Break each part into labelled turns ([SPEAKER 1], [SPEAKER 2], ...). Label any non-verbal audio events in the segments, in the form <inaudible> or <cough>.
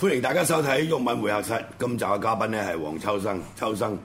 [SPEAKER 1] 歡迎大家收睇《毓民會客室》。今集嘅嘉賓咧係黃秋生，秋生，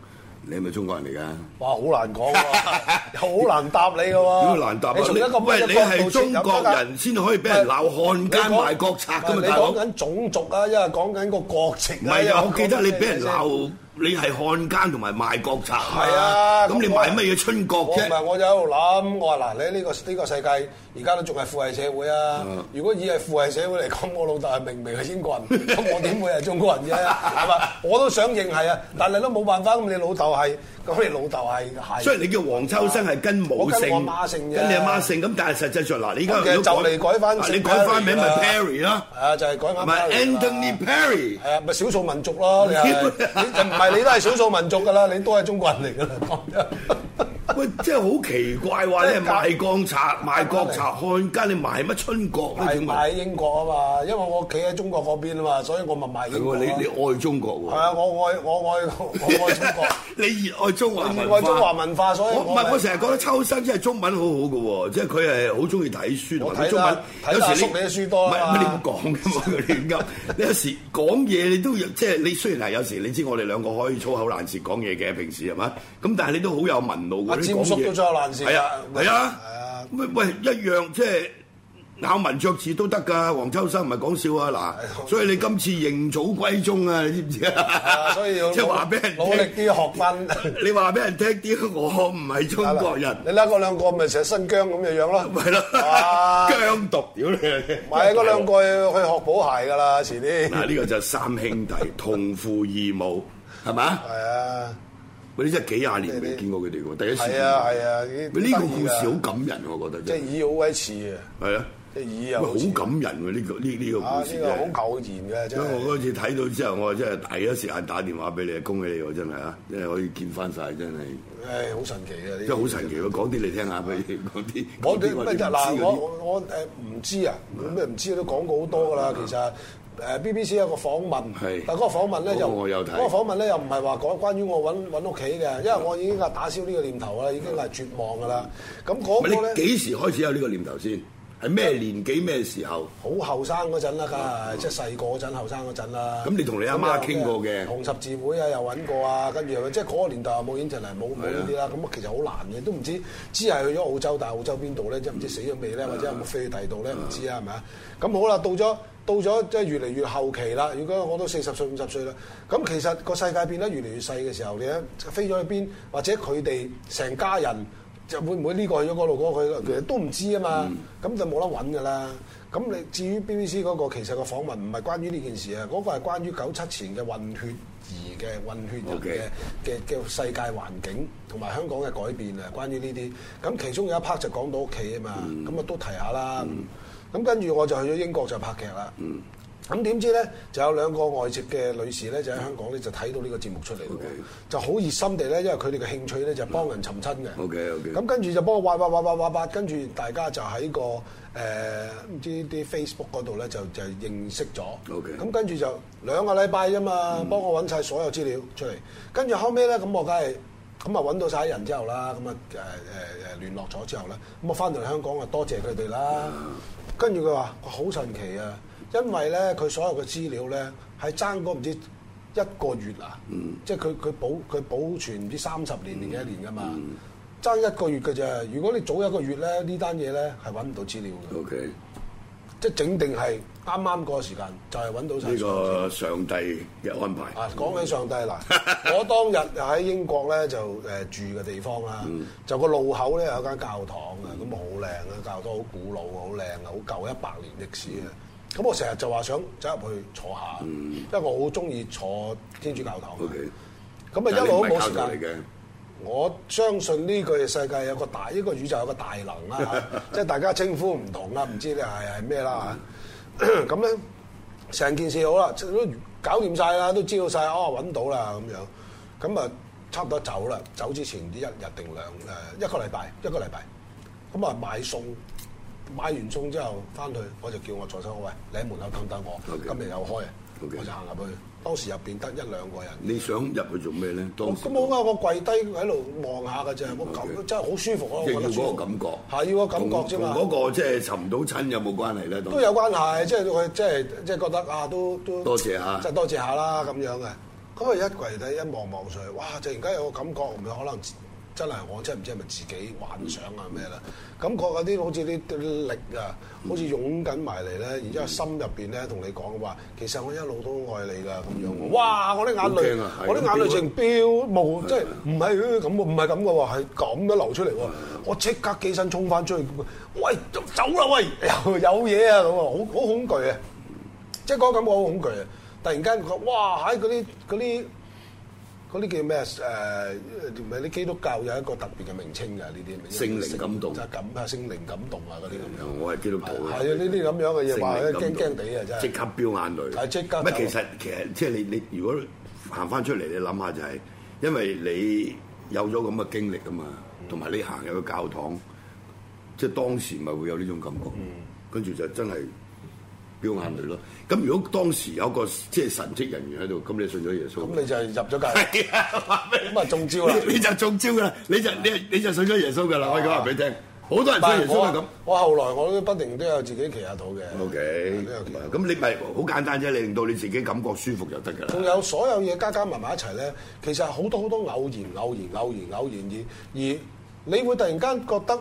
[SPEAKER 1] 你係咪中國人嚟㗎？
[SPEAKER 2] 哇，好難講喎， <laughs> 又好難答你嘅喎。
[SPEAKER 1] 點解難答啊？
[SPEAKER 2] 你從
[SPEAKER 1] 你
[SPEAKER 2] 一個
[SPEAKER 1] 喂，你係中國人
[SPEAKER 2] 你
[SPEAKER 1] 先可以俾人鬧漢奸賣國賊㗎
[SPEAKER 2] 講
[SPEAKER 1] 嘛，
[SPEAKER 2] 你
[SPEAKER 1] 大佬
[SPEAKER 2] 講。緊種族啊，因為講緊個國情啊。
[SPEAKER 1] 唔係啊！我記得你俾人
[SPEAKER 2] 因為
[SPEAKER 1] 鬧，你係漢奸同埋賣國賊。係
[SPEAKER 2] 係啊
[SPEAKER 1] 咁你
[SPEAKER 2] 咁我
[SPEAKER 1] 賣乜嘢春
[SPEAKER 2] 我
[SPEAKER 1] 國
[SPEAKER 2] 唔
[SPEAKER 1] 啫？
[SPEAKER 2] 係，我就喺度諗，我話嗱，你呢個呢個世界而家都仲係父系社會啊！如果以係父系社會嚟講，我老豆係明明係英國人， <laughs> 咁我點會係中國人啫？係嘛？我都想認係啊，但係都冇辦法。咁你老豆係，咁你老豆係係。
[SPEAKER 1] 雖然你叫黃秋生係跟母姓，
[SPEAKER 2] 我跟我媽姓啫
[SPEAKER 1] 跟你阿媽姓咁，但係實際上嗱，你而
[SPEAKER 2] 咁
[SPEAKER 1] 家
[SPEAKER 2] 其實就嚟改返
[SPEAKER 1] 嗱
[SPEAKER 2] 姓
[SPEAKER 1] 你改翻名咪
[SPEAKER 2] Perry
[SPEAKER 1] Perry 啦，
[SPEAKER 2] 係啊，就係改啱
[SPEAKER 1] 咪 Anthony Perry。
[SPEAKER 2] 係啊，咪少數民族
[SPEAKER 1] <laughs>
[SPEAKER 2] 咯，你係你就唔係你都係少數民族噶啦，你都係中國人嚟噶啦，
[SPEAKER 1] 喂，真係好奇怪話你係賣國賊、賣國賊漢奸，你賣乜春國咧？
[SPEAKER 2] 係
[SPEAKER 1] 請
[SPEAKER 2] 賣
[SPEAKER 1] 問
[SPEAKER 2] 英國啊嘛，因為我企喺中國嗰邊啊嘛，所以我咪賣
[SPEAKER 1] 係
[SPEAKER 2] 英國
[SPEAKER 1] 喎，
[SPEAKER 2] 咯。
[SPEAKER 1] 你你愛中國
[SPEAKER 2] 係
[SPEAKER 1] 喎？
[SPEAKER 2] 啊，我愛我愛我愛中國，
[SPEAKER 1] 你熱愛中華文
[SPEAKER 2] 熱
[SPEAKER 1] 化，
[SPEAKER 2] 愛中華文化，所以
[SPEAKER 1] 我唔係，
[SPEAKER 2] 咪
[SPEAKER 1] 我成日覺得秋生真係中文好好嘅喎，即係佢係好中意睇書同
[SPEAKER 2] 我
[SPEAKER 1] 埋佢
[SPEAKER 2] 睇
[SPEAKER 1] 中文
[SPEAKER 2] 啦。睇大叔你嘅書多
[SPEAKER 1] 唔係
[SPEAKER 2] 啊
[SPEAKER 1] 乜你
[SPEAKER 2] 嘛
[SPEAKER 1] 咁講嘅嘛？佢亂
[SPEAKER 2] <laughs>
[SPEAKER 1] 噏。你有時講嘢你都有即係你雖然係有時你知我哋兩個可以粗口爛舌講嘢嘅，平時係嘛？咁但係你都好有文路嘅。
[SPEAKER 2] 阿
[SPEAKER 1] 你
[SPEAKER 2] 詹
[SPEAKER 1] 講
[SPEAKER 2] 叔
[SPEAKER 1] 嘢
[SPEAKER 2] 都粗口爛舌㗎
[SPEAKER 1] 係啊係啊
[SPEAKER 2] 係啊。
[SPEAKER 1] 喂喂，一樣即係。咬文嚼字都得㗎，黃秋生唔係講笑啊嗱，所以你今次認祖歸宗啊，你知唔知啊
[SPEAKER 2] 啊？所
[SPEAKER 1] <laughs>
[SPEAKER 2] 以要
[SPEAKER 1] 即係話俾人聽
[SPEAKER 2] 努力啲學翻。
[SPEAKER 1] 你話俾人聽啲，我唔係中國人，
[SPEAKER 2] 你拉嗰兩個咪成日新疆咁嘅樣咯，
[SPEAKER 1] 係咯， <laughs>
[SPEAKER 2] 啊
[SPEAKER 1] 疆獨屌你！
[SPEAKER 2] 咪嗰兩個去學補鞋噶啦，遲啲。
[SPEAKER 1] 嗱，呢個就係三兄弟同父異母，係嘛？
[SPEAKER 2] 係啊，
[SPEAKER 1] 喂，你真係幾廿年未見過佢哋喎，第一次見。
[SPEAKER 2] 係啊，係啊。
[SPEAKER 1] 喂呢個故事好
[SPEAKER 2] 好，
[SPEAKER 1] 感人，我覺得
[SPEAKER 2] 即
[SPEAKER 1] 真係。
[SPEAKER 2] 係耳好鬼似啊！
[SPEAKER 1] 係啊，
[SPEAKER 2] 即係耳
[SPEAKER 1] 喂，
[SPEAKER 2] 又似
[SPEAKER 1] 好感人喎！呢個呢呢個
[SPEAKER 2] 啊！
[SPEAKER 1] 故
[SPEAKER 2] 呢
[SPEAKER 1] 事
[SPEAKER 2] 個
[SPEAKER 1] 真係。
[SPEAKER 2] 好偶然嘅，真
[SPEAKER 1] 所以
[SPEAKER 2] 係。
[SPEAKER 1] 我嗰次睇到之後，我真係第一時間打電話俾你，恭喜你喎！真係啊，真係可以見翻晒，真係，
[SPEAKER 2] 誒，好神奇嘅呢啲。
[SPEAKER 1] 真係好神奇喎！講啲你聽下，不
[SPEAKER 2] <laughs>
[SPEAKER 1] 如講啲。
[SPEAKER 2] 我
[SPEAKER 1] 講
[SPEAKER 2] 哋
[SPEAKER 1] 啲
[SPEAKER 2] 咩
[SPEAKER 1] 哋唔知啊
[SPEAKER 2] 就嗱，
[SPEAKER 1] 嗰
[SPEAKER 2] 我
[SPEAKER 1] 啲
[SPEAKER 2] 我我誒唔知啊，咩唔知都講過好多㗎啦。其實誒 BBC 有個訪問
[SPEAKER 1] 係，
[SPEAKER 2] 但嗰個訪問咧
[SPEAKER 1] 嗰個
[SPEAKER 2] 就
[SPEAKER 1] 我有睇
[SPEAKER 2] 嗰個訪問咧又唔係話講關於我揾揾屋企嘅，因為我已經係打消呢個念頭啦，已經係絕望㗎啦。咁
[SPEAKER 1] 唔
[SPEAKER 2] 嗰個
[SPEAKER 1] 係你
[SPEAKER 2] 咧
[SPEAKER 1] 幾時開始有呢個念頭先？係咩年紀咩時候？
[SPEAKER 2] 好後生嗰陣啦，梗係即係細個嗰陣後生嗰陣啦。
[SPEAKER 1] 咁你同你阿媽傾過嘅
[SPEAKER 2] 紅十字會啊，又揾過啊，跟住又即係嗰個年代又冇 internet，冇冇呢啲
[SPEAKER 1] 啊
[SPEAKER 2] 啦。咁其實好難嘅，都唔知知係去咗澳洲，但係澳洲邊度咧？即係唔知死咗未
[SPEAKER 1] 啊
[SPEAKER 2] 咧，或者有冇飛去第二度咧？唔知啊，係咪啊？咁好啦，到咗到咗即係越嚟越後期啦。如果我都四十歲五十歲啦，咁其實個世界變得越嚟越細嘅時候，你咧飛咗去邊，或者佢哋成家人。就會唔會呢個去咗嗰度嗰個去咗，其實都唔知啊嘛，咁、就冇得揾噶啦。咁你至於 BBC 嗰、個其實個訪問唔係關於呢件事啊，嗰、個係關於九七前嘅混血兒嘅混血人嘅嘅嘅世界環境同埋香港嘅改變啊，關於呢啲。咁其中有一 part 就講到屋企啊嘛，咁啊、都提下啦。咁跟住我就去咗英國就拍劇啦。咁點知咧，就有兩個外籍嘅女士咧，就喺香港咧就睇到呢個節目出嚟喎
[SPEAKER 1] OK
[SPEAKER 2] 就好熱心地咧，因為佢哋嘅興趣咧就係幫人尋親嘅。
[SPEAKER 1] OK，OK
[SPEAKER 2] 咁跟住就幫我挖挖挖挖挖挖，跟住大家就喺個誒唔、知啲 Facebook 嗰度咧就就認識咗。
[SPEAKER 1] OK
[SPEAKER 2] 咁跟住就兩個禮拜啫嘛，
[SPEAKER 1] 嗯
[SPEAKER 2] 幫我揾晒所有資料出嚟。跟住後尾咧，咁我梗係咁啊揾到晒人之後啦，咁啊誒誒誒聯絡咗之後咧，咁我翻到嚟香港啊，多謝佢哋啦。跟住佢話：哇好神奇啊！因為咧，佢所有嘅資料咧係爭嗰唔知一個月啊，
[SPEAKER 1] 嗯
[SPEAKER 2] 即係佢佢保佢保存唔知三十年定幾多年噶嘛，
[SPEAKER 1] 嗯
[SPEAKER 2] 爭、一個月嘅啫。如果你早一個月咧，呢單嘢咧係揾唔到資料嘅，
[SPEAKER 1] O K，
[SPEAKER 2] 即係整定係啱啱嗰個時間就係、揾到晒
[SPEAKER 1] 呢
[SPEAKER 2] 所有資料。
[SPEAKER 1] 個上帝嘅安排。
[SPEAKER 2] 啊，講起上
[SPEAKER 1] <laughs>
[SPEAKER 2] 帝嗱，我當日喺英國咧就誒、呃住嘅地方啦，
[SPEAKER 1] 嗯
[SPEAKER 2] 就個路口咧有間教堂嘅，咁好靚啊，教堂好古老啊，好靚啊，好舊一百年歷史啊嘅。咁我成日就話想走入去坐下，
[SPEAKER 1] 嗯
[SPEAKER 2] 因為我好中意坐天主教堂嘅。
[SPEAKER 1] O K，
[SPEAKER 2] 咁啊一路都冇時
[SPEAKER 1] 但係你唔係教徒嚟
[SPEAKER 2] 間。
[SPEAKER 1] 嘅。
[SPEAKER 2] 我相信呢個世界有個大，呢個宇宙有個大能
[SPEAKER 1] <laughs>
[SPEAKER 2] 啦，嚇即係大家稱呼唔同啦，唔知你係係咩啦 <coughs> 嚇咁咧，成件事好啦，即係都搞掂晒啦，都知道晒，哦揾到啦咁樣，咁啊差唔多走啦，走之前一日定兩誒一個禮拜，一個禮拜，咁啊買餸。買完餸之後翻去，我就叫我助手，我喂，你喺門口等等我，
[SPEAKER 1] OK
[SPEAKER 2] 今日有開啊！
[SPEAKER 1] OK
[SPEAKER 2] 我就行入去。當時入邊得一兩個人。
[SPEAKER 1] 你想入去做咩咧？當
[SPEAKER 2] 我
[SPEAKER 1] 時
[SPEAKER 2] 咁冇啊！我跪低喺度望下嘅啫，我感
[SPEAKER 1] OK
[SPEAKER 2] 真係好舒服啊！我
[SPEAKER 1] 即係
[SPEAKER 2] 覺
[SPEAKER 1] 要
[SPEAKER 2] 得舒
[SPEAKER 1] 嗰個
[SPEAKER 2] 服
[SPEAKER 1] 感覺，
[SPEAKER 2] 係要個感覺啫嘛。
[SPEAKER 1] 同同嗰個即係尋唔到親有冇關係咧？
[SPEAKER 2] 都有關係，即係佢即係即係覺得啊，都都
[SPEAKER 1] 多謝下
[SPEAKER 2] 即係多謝下啦咁樣嘅。咁啊一跪低一望望上去，哇！突然間有個感覺，唔係可能真係我真係唔知係咪自己幻想啊咩啦。感覺嗰啲好似啲啲力啊，好似湧緊埋嚟咧，然之後心入邊咧同你講話，其實我一路都愛你㗎咁樣。哇！我啲眼
[SPEAKER 1] 嗯好驚
[SPEAKER 2] 淚
[SPEAKER 1] 啊，係
[SPEAKER 2] 我啲
[SPEAKER 1] 咁
[SPEAKER 2] 眼
[SPEAKER 1] 飆
[SPEAKER 2] 淚淨飆冇，即係唔係呃咁喎，唔係咁嘅喎，係咁樣流出嚟喎。我即刻起身衝翻出去，喂，走啦喂， <laughs> 有有嘢啊咁啊，好好恐懼啊！即係嗰個感覺好恐懼啊！突然間覺哇，喺嗰啲嗰啲嗰啲叫咩啊誒？唔係啲基督教有一個特別嘅名稱㗎，呢啲
[SPEAKER 1] 聖靈感動
[SPEAKER 2] 就係感啊聖靈感動啊嗰啲咁樣。
[SPEAKER 1] 我係基督徒
[SPEAKER 2] 係啊，呢啲咁樣嘅嘢話咧驚驚地啊真係。啊
[SPEAKER 1] 即刻飆眼淚。
[SPEAKER 2] 係即刻
[SPEAKER 1] 乜其實其實即係你你如果行翻出嚟，你諗下就係、因為你有咗咁嘅經歷啊嘛，
[SPEAKER 2] 嗯
[SPEAKER 1] 同埋你行入個教堂，即係當時咪會有呢種感覺，
[SPEAKER 2] 嗯
[SPEAKER 1] 跟住就真係飆眼淚咯。咁如果當時有個即係神職人員喺度，咁你信咗耶穌？
[SPEAKER 2] 咁你就入咗界。
[SPEAKER 1] <laughs> 係啊，話俾你
[SPEAKER 2] 咁啊中招啦
[SPEAKER 1] 你你就中招噶啦，你就你你就信咗耶穌噶啦，我而家話俾你聽，好多人
[SPEAKER 2] 唔
[SPEAKER 1] 信
[SPEAKER 2] 係
[SPEAKER 1] 耶穌係咁
[SPEAKER 2] 我。我後來我都不定都有自己祈下禱嘅。
[SPEAKER 1] O K，
[SPEAKER 2] 都有祈
[SPEAKER 1] 咁
[SPEAKER 2] 禱
[SPEAKER 1] 你咪好簡單啫，你令到你自己感覺舒服就得㗎
[SPEAKER 2] 仲
[SPEAKER 1] 啦。
[SPEAKER 2] 有所有嘢加加埋埋一齊咧，其實好多好多偶然、偶然、偶然、偶然而而你會突然間覺得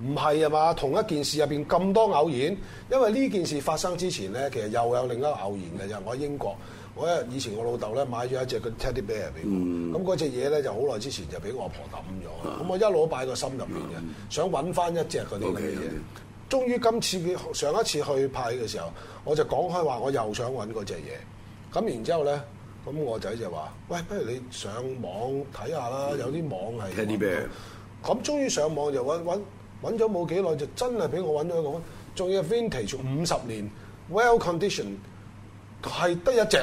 [SPEAKER 2] 唔係啊嘛，同一件事入邊咁多偶然，因為呢件事發生之前咧，其實又有另一個偶然嘅，就係我喺英國，我一以前我老豆咧買咗一隻嗰啲 teddy bear 俾我，咁嗰隻嘢咧就好耐之前就俾我阿婆抌咗，咁我一路都擺喺個心入邊嘅，想揾翻一隻嗰啲咁嘅
[SPEAKER 1] OK，OK
[SPEAKER 2] 嘢。終於今次嘅上一次去派嘅時候，我就講開話，我又想揾嗰只嘢。咁然之後咧，咁我仔就話：，喂，不如你上網睇下啦，有啲網係
[SPEAKER 1] Teddy bear
[SPEAKER 2] 咁終於上網就揾揾揾咗冇幾耐，就真係俾我揾咗一個，仲要 vintage 五十年 well condition，係得一隻。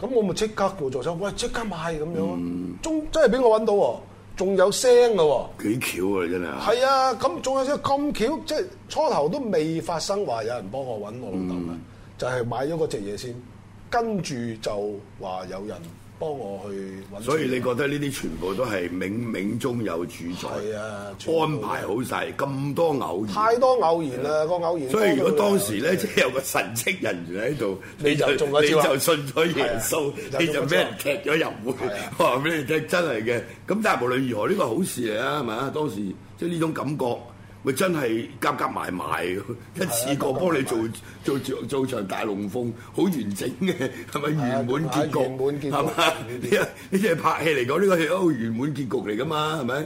[SPEAKER 2] 咁我咪即刻叫助手，喂，即刻買咁樣，中真係俾我揾到喎，仲有聲嘅喎。
[SPEAKER 1] 幾巧啊，真係。
[SPEAKER 2] 係啊，咁仲有隻咁巧，即係初頭都未發生話有人幫我揾我老豆
[SPEAKER 1] 嗯
[SPEAKER 2] 嘅，就係買咗嗰隻嘢先，跟住就話有人幫我去揾錢。
[SPEAKER 1] 所以你覺得呢啲全部都係冥冥中有主宰，
[SPEAKER 2] 係啊全部
[SPEAKER 1] 安排好晒咁多偶然。
[SPEAKER 2] 太多偶然啦，個偶然多到
[SPEAKER 1] 所
[SPEAKER 2] 啊。
[SPEAKER 1] 以如果當時
[SPEAKER 2] <laughs>
[SPEAKER 1] 咧，即係有個神職人員喺度，
[SPEAKER 2] 你
[SPEAKER 1] 你就
[SPEAKER 2] 就中咗
[SPEAKER 1] 你
[SPEAKER 2] 招啦啊
[SPEAKER 1] 就信咗耶穌
[SPEAKER 2] 係，啊啊
[SPEAKER 1] 你
[SPEAKER 2] 就中咗
[SPEAKER 1] 就俾人踢咗入會。我話俾你聽，真係嘅。咁但係無論如何，呢個好事嚟啊，係咪啊？當時即係呢種感覺，咪真係夾夾埋埋，
[SPEAKER 2] 啊
[SPEAKER 1] 一次過幫你做做做做場大龍鳳，好完整嘅，係咪
[SPEAKER 2] 係啊
[SPEAKER 1] 圓滿結局？
[SPEAKER 2] 圓滿結局
[SPEAKER 1] 係嘛？呢呢隻拍戲嚟講，呢個係一個圓滿結局嚟㗎嘛，係咪？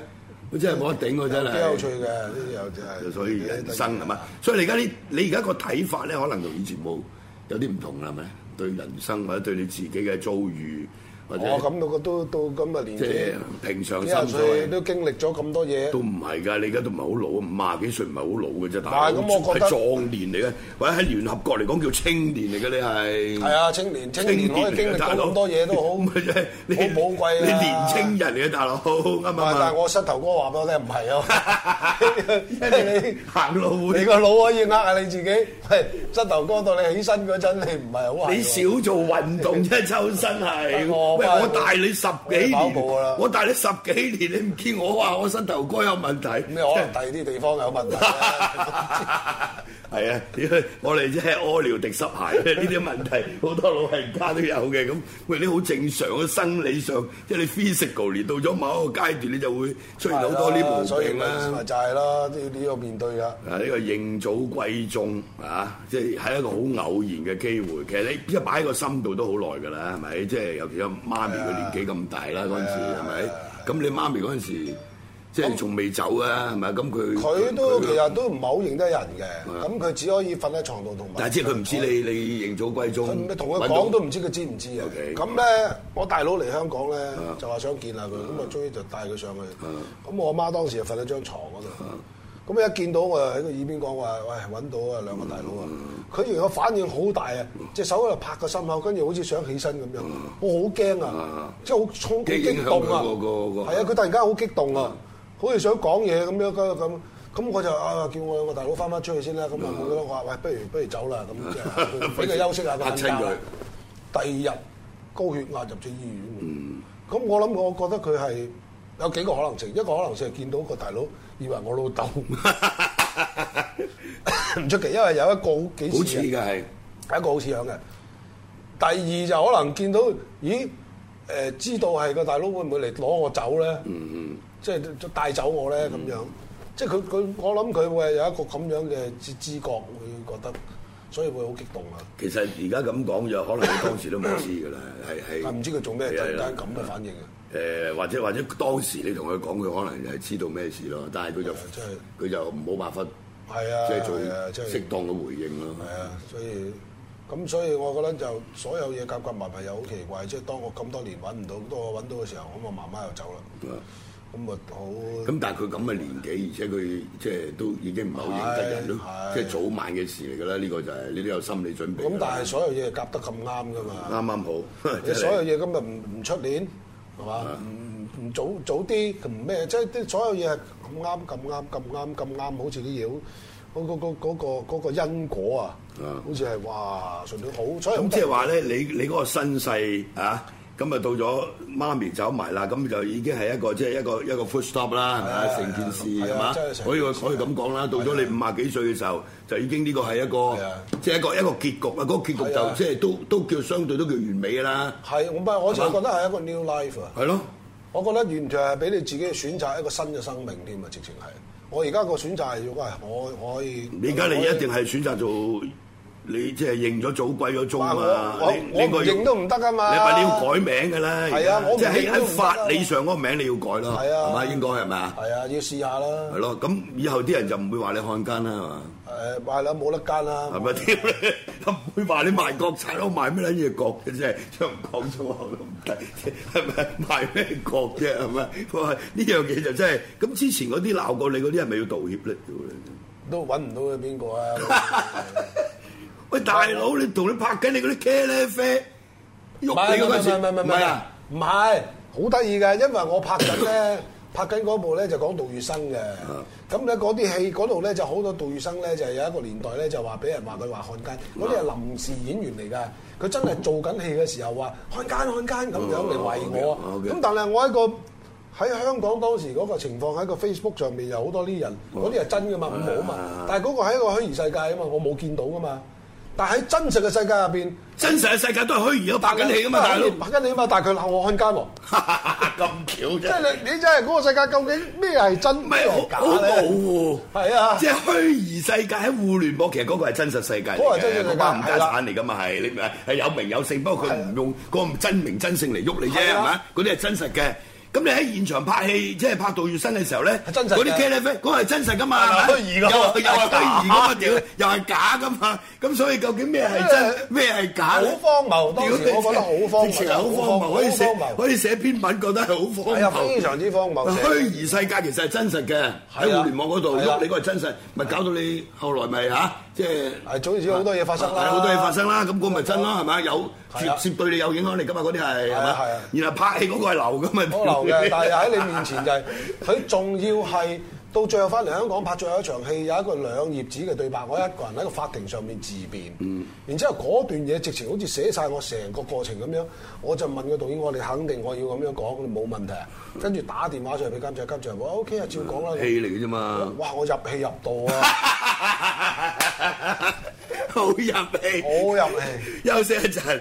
[SPEAKER 1] 我真係冇得頂喎，真係。
[SPEAKER 2] 幾有趣嘅呢啲又真係。
[SPEAKER 1] 所以人生係嘛？所以你而家啲你而家個睇法咧，可能同以前冇有啲唔同啦，係咪？對人生或者對你自己嘅遭遇，或者
[SPEAKER 2] 我哦咁到個都到咁嘅年
[SPEAKER 1] 即係
[SPEAKER 2] 紀，
[SPEAKER 1] 平常
[SPEAKER 2] 幾
[SPEAKER 1] 心
[SPEAKER 2] 廿歲
[SPEAKER 1] 所
[SPEAKER 2] 都經歷咗咁多嘢
[SPEAKER 1] 都。唔係㗎，你而家都唔係好老，五廿幾歲唔係好老嘅啫，但
[SPEAKER 2] 但係咁我覺得
[SPEAKER 1] 係壯年嚟嘅，或者喺聯合國嚟講叫青年嚟嘅，你係
[SPEAKER 2] 係啊，青年青年可以
[SPEAKER 1] 啊
[SPEAKER 2] 經歷到咁多嘢都
[SPEAKER 1] <laughs>
[SPEAKER 2] 好，
[SPEAKER 1] 咪即係你
[SPEAKER 2] 好寶貴啊
[SPEAKER 1] 你年青人嚟嘅大佬，啱唔啱
[SPEAKER 2] 但係
[SPEAKER 1] 啊？
[SPEAKER 2] 我膝頭哥話俾我聽唔係
[SPEAKER 1] <laughs>
[SPEAKER 2] 啊，因為你
[SPEAKER 1] 行路會
[SPEAKER 2] 你個腦可以呃下你自己，係膝頭哥到你起身嗰陣，你唔係好行喎
[SPEAKER 1] 你少做運動啫，周身係。
[SPEAKER 2] 我
[SPEAKER 1] 喂，我大你十幾
[SPEAKER 2] 我跑
[SPEAKER 1] 年
[SPEAKER 2] 步㗎啦，
[SPEAKER 1] 我大你十幾年，你唔見我話我膝頭哥有問題。 <laughs>
[SPEAKER 2] 咩可能第二啲地方有問題啊
[SPEAKER 1] 係啊， <laughs> 屌我哋即係屙尿滴濕鞋呢啲問題，好多老人家都有嘅。咁喂，你好正常嘅生理上，即係你 physical 年到咗某一個階段，你就會出現 <laughs> 好多呢毛
[SPEAKER 2] 所以
[SPEAKER 1] 病
[SPEAKER 2] 咪
[SPEAKER 1] 啦。
[SPEAKER 2] 咪就係啦，呢呢個面對噶。
[SPEAKER 1] 啊！呢、個認祖歸宗啊，即係係一個好偶然嘅機會。其實你一擺喺個心度都好耐㗎啦，係咪？即係尤其有媽咪佢年紀咁大
[SPEAKER 2] 啊
[SPEAKER 1] 啦，嗰陣時係咪？咁你媽咪嗰陣時即係仲未走啊，係咪？咁佢嗯
[SPEAKER 2] 佢都其實都唔係好認得人嘅，咁佢只可以瞓喺床度同埋。
[SPEAKER 1] 但係即係佢唔知你你認祖歸宗，
[SPEAKER 2] 佢同佢
[SPEAKER 1] 搵
[SPEAKER 2] 講
[SPEAKER 1] 到
[SPEAKER 2] 都唔知佢知唔知啊
[SPEAKER 1] OK。
[SPEAKER 2] 咁咧，我大佬嚟香港咧，就話想見下佢，咁啊，終於就帶佢上去。
[SPEAKER 1] 啊
[SPEAKER 2] 咁我阿媽當時就瞓喺張床嗰度。咁一見到我就喺佢耳邊講話，喂，揾到啊兩個大佬
[SPEAKER 1] 嗯
[SPEAKER 2] 啊！佢而個反應好大啊，隻手喺度拍個心口，跟住好似想起身咁樣。我好驚啊，即係好衝好
[SPEAKER 1] 嗯驚
[SPEAKER 2] 激
[SPEAKER 1] 影響
[SPEAKER 2] 動
[SPEAKER 1] 佢嗰個
[SPEAKER 2] 啊！
[SPEAKER 1] 個
[SPEAKER 2] 係啊，佢突然間好激動啊，好似想講嘢咁樣咁咁。咁我就啊叫我兩個大佬
[SPEAKER 1] 嗯 <laughs>
[SPEAKER 2] 翻返出去先啦，咁啊冇啦，我話喂，不如不如走啦，咁即係俾佢休息下
[SPEAKER 1] 嚇親佢
[SPEAKER 2] 佢第二日高血壓入咗醫院。
[SPEAKER 1] 嗯
[SPEAKER 2] 咁、我諗，我覺得佢係有幾個可能性，一個可能性係見到個大佬以為我老豆，
[SPEAKER 1] <laughs>
[SPEAKER 2] 唔出奇，因為有一個好幾
[SPEAKER 1] 好
[SPEAKER 2] 次啊
[SPEAKER 1] 似
[SPEAKER 2] 嘅
[SPEAKER 1] 嘅係，
[SPEAKER 2] 係一個好似樣嘅。第二就可能見到，咦？誒、知道係個大佬會唔會嚟攞我走咧？
[SPEAKER 1] 嗯
[SPEAKER 2] 即係帶走我咧咁樣。即係佢佢，我諗佢會有一個咁樣嘅知知覺，會覺得，所以會好激動啊！
[SPEAKER 1] 嗯，其實而家咁講就可能佢當時都唔知㗎啦，係係。
[SPEAKER 2] <laughs> 但唔知佢做咩，突
[SPEAKER 1] 係啊
[SPEAKER 2] 然
[SPEAKER 1] 啦
[SPEAKER 2] 間咁嘅反應啊！
[SPEAKER 1] 誒、或者或者當時你同佢講，佢可能就係知道咩事咯，但係佢就
[SPEAKER 2] 真係
[SPEAKER 1] 佢就冇辦法
[SPEAKER 2] 係
[SPEAKER 1] 嗯
[SPEAKER 2] 啊，
[SPEAKER 1] 即係做
[SPEAKER 2] 係啊，即係
[SPEAKER 1] 適當嘅回應咯。
[SPEAKER 2] 係啊，所以咁所以我覺得就所有嘢夾夾埋埋又好奇怪，即係當我咁多年揾唔到，當我揾到嘅時候，咁我媽媽又走啦，
[SPEAKER 1] 嗯
[SPEAKER 2] 咁啊好
[SPEAKER 1] 咁但係佢咁嘅年紀，而且佢即係都已經唔係好認得人咯
[SPEAKER 2] 係，
[SPEAKER 1] 即係早晚嘅事嚟㗎啦。呢、個就係、你都有心理準備㗎啦。啊
[SPEAKER 2] 咁，但係所有嘢夾得咁啱噶嘛。
[SPEAKER 1] 啱啱好， <laughs>
[SPEAKER 2] 你
[SPEAKER 1] 真係啊
[SPEAKER 2] 所有嘢今日唔唔出年係嘛？唔唔早早啲唔咩？即係啲所有嘢係咁啱咁啱咁啱咁啱，好似啲嘢好嗰嗰嗰嗰個嗰個因果啊，
[SPEAKER 1] 啊
[SPEAKER 2] 好似係哇順到好，所以好
[SPEAKER 1] 咁即係話咧，你你嗰個身世啊，咁啊到咗媽咪走埋啦，咁就已經係一個即係一個一個 foot stop 啦，係咪
[SPEAKER 2] 係啊
[SPEAKER 1] 啊成件事
[SPEAKER 2] 係啊
[SPEAKER 1] 係嘛
[SPEAKER 2] 真係成件事？
[SPEAKER 1] 可以可以咁講啦，到咗你五啊幾歲嘅時候，就已經呢個係一
[SPEAKER 2] 係啊
[SPEAKER 1] 個即係一個一個結局啊！嗰個結局
[SPEAKER 2] 係啊
[SPEAKER 1] 就即係都都叫相對都叫完美㗎啦，
[SPEAKER 2] 係我唔係我就
[SPEAKER 1] 係嘛
[SPEAKER 2] 覺得係一個 new life 啊！
[SPEAKER 1] 係咯。
[SPEAKER 2] 我覺得完全係俾你自己選擇一個新嘅生命添啊！直情係我而家個選擇係如果係我我可以，
[SPEAKER 1] 你而家你
[SPEAKER 2] 我可以
[SPEAKER 1] 一定係選擇做你即係認咗早歸咗宗
[SPEAKER 2] 話
[SPEAKER 1] 啊！
[SPEAKER 2] 我我
[SPEAKER 1] 你
[SPEAKER 2] 我
[SPEAKER 1] 你個
[SPEAKER 2] 唔認都唔得㗎嘛！
[SPEAKER 1] 你咪你要改名㗎啦，
[SPEAKER 2] 係啊我唔
[SPEAKER 1] 即係喺喺
[SPEAKER 2] 認都唔得
[SPEAKER 1] 法
[SPEAKER 2] 啊
[SPEAKER 1] 理上嗰個名你要改咯，
[SPEAKER 2] 係啊
[SPEAKER 1] 係咪應該係咪啊？
[SPEAKER 2] 係啊，要試下啦
[SPEAKER 1] 係。咯，咁以後啲人就唔會話你漢奸啦，係嘛？
[SPEAKER 2] 誒係啦，冇得奸啦。
[SPEAKER 1] 係咪屌你？唔會話你賣國賊佬賣乜撚嘢國嘅啫？真係講粗口都唔得，係咪賣咩國啫？係咪？哇！呢樣嘢就真係咁，之前嗰啲鬧過你嗰啲係咪要道歉咧？屌你！
[SPEAKER 2] 都揾唔到佢邊個啊！
[SPEAKER 1] 喂，大佬，你同你拍緊你嗰啲茄喱啡，喐
[SPEAKER 2] 唔
[SPEAKER 1] 你
[SPEAKER 2] 係唔
[SPEAKER 1] 嗰陣時
[SPEAKER 2] 係唔係唔係唔
[SPEAKER 1] 係
[SPEAKER 2] 係
[SPEAKER 1] 啊？
[SPEAKER 2] 唔係，好得意嘅，因為我拍緊咧，拍緊嗰部咧就講杜月笙嘅。
[SPEAKER 1] 啊
[SPEAKER 2] 咁咧嗰啲戲嗰度咧就好多杜月笙咧就有一個年代咧就話俾人話佢話漢
[SPEAKER 1] 啊
[SPEAKER 2] 奸，嗰啲係臨時演員嚟㗎。佢真係做緊戲嘅時候話漢奸漢奸咁樣嚟圍我。
[SPEAKER 1] 哦，OK，OK
[SPEAKER 2] 咁但係我喺個喺香港當時嗰個情況喺個 Facebook 上面有好多呢人，嗰啲係真㗎嘛，五毛啊嘛
[SPEAKER 1] 哦啊。
[SPEAKER 2] 但係嗰個係一個虛擬世界啊嘛，我冇見到㗎嘛。但喺真實嘅世界入邊。
[SPEAKER 1] 真實嘅世界都係虛擬，我拍緊你㗎嘛，大佬。
[SPEAKER 2] 拍緊你啊嘛，但係佢鬧我漢奸喎，
[SPEAKER 1] 咁巧
[SPEAKER 2] 即
[SPEAKER 1] 啫，
[SPEAKER 2] 係你你真係嗰個世界究竟咩係真，
[SPEAKER 1] 唔
[SPEAKER 2] 咩係
[SPEAKER 1] 係
[SPEAKER 2] 假
[SPEAKER 1] 好好模
[SPEAKER 2] 咧？
[SPEAKER 1] 糊。
[SPEAKER 2] 係啊
[SPEAKER 1] 即，係虛擬世界喺互聯網，其實嗰個係真實世界嚟
[SPEAKER 2] 嗰個係真實世
[SPEAKER 1] 嘅，
[SPEAKER 2] 界
[SPEAKER 1] 嗰班冚家產嚟噶嘛係，你咪係有名有姓，不過佢唔用嗰個唔真名真姓嚟喐你啫，
[SPEAKER 2] 係
[SPEAKER 1] 係
[SPEAKER 2] 啊
[SPEAKER 1] 咪？嗰啲係真實嘅。咁你喺現場拍戲，即係拍杜月笙嘅時候咧，
[SPEAKER 2] 係真實嘅
[SPEAKER 1] 嗰啲 K F 嗰個係真實噶嘛，
[SPEAKER 2] 係啊
[SPEAKER 1] 係
[SPEAKER 2] 虛擬㗎嘛
[SPEAKER 1] 又係又係虛擬噶嘛，
[SPEAKER 2] 係
[SPEAKER 1] 屌，又係假噶嘛，咁所以究竟咩係
[SPEAKER 2] 即係
[SPEAKER 1] 真，咩係假
[SPEAKER 2] 好
[SPEAKER 1] 咧？
[SPEAKER 2] 荒謬，當
[SPEAKER 1] 屌
[SPEAKER 2] 時我覺得好荒
[SPEAKER 1] 直情
[SPEAKER 2] 謬，
[SPEAKER 1] 係好荒謬，可以寫
[SPEAKER 2] 好荒謬，
[SPEAKER 1] 可以寫篇文覺得係好荒
[SPEAKER 2] 係啊，
[SPEAKER 1] 謬，
[SPEAKER 2] 非常之荒謬。
[SPEAKER 1] 虛擬哎世界其實係真實嘅，喺互聯網嗰度
[SPEAKER 2] 係啊
[SPEAKER 1] 喐你嗰個係真實，咪搞到你後來咪嚇，即係
[SPEAKER 2] 係總言之好多嘢發生啦
[SPEAKER 1] 係好多嘢發生啦，咁嗰咪真咯，係咪？有
[SPEAKER 2] 係啊
[SPEAKER 1] 直接對你有影響力噶嘛？嗰啲係
[SPEAKER 2] 係
[SPEAKER 1] 係
[SPEAKER 2] 啊係啊
[SPEAKER 1] 咪？然後拍戲嗰個係流噶嘛？
[SPEAKER 2] 我流嘅，但係啊喺你面前就係佢仲要係到最後翻嚟香港拍最後一場戲，有一個兩頁紙嘅對白，我一個人喺個法庭上面自辯，然之後嗰段嘢直情好似寫晒我成個過程咁樣，我就問個導演我哋肯定我要咁樣講，冇問題啊，跟住打電話上去俾監製，監製話 OK 啊，照講啦。
[SPEAKER 1] 戲嚟嘅啫
[SPEAKER 2] <laughs>
[SPEAKER 1] 嘛，
[SPEAKER 2] 哇！我入戲入到啊，
[SPEAKER 1] 好入戲，
[SPEAKER 2] 好入戲。
[SPEAKER 1] 休息一陣。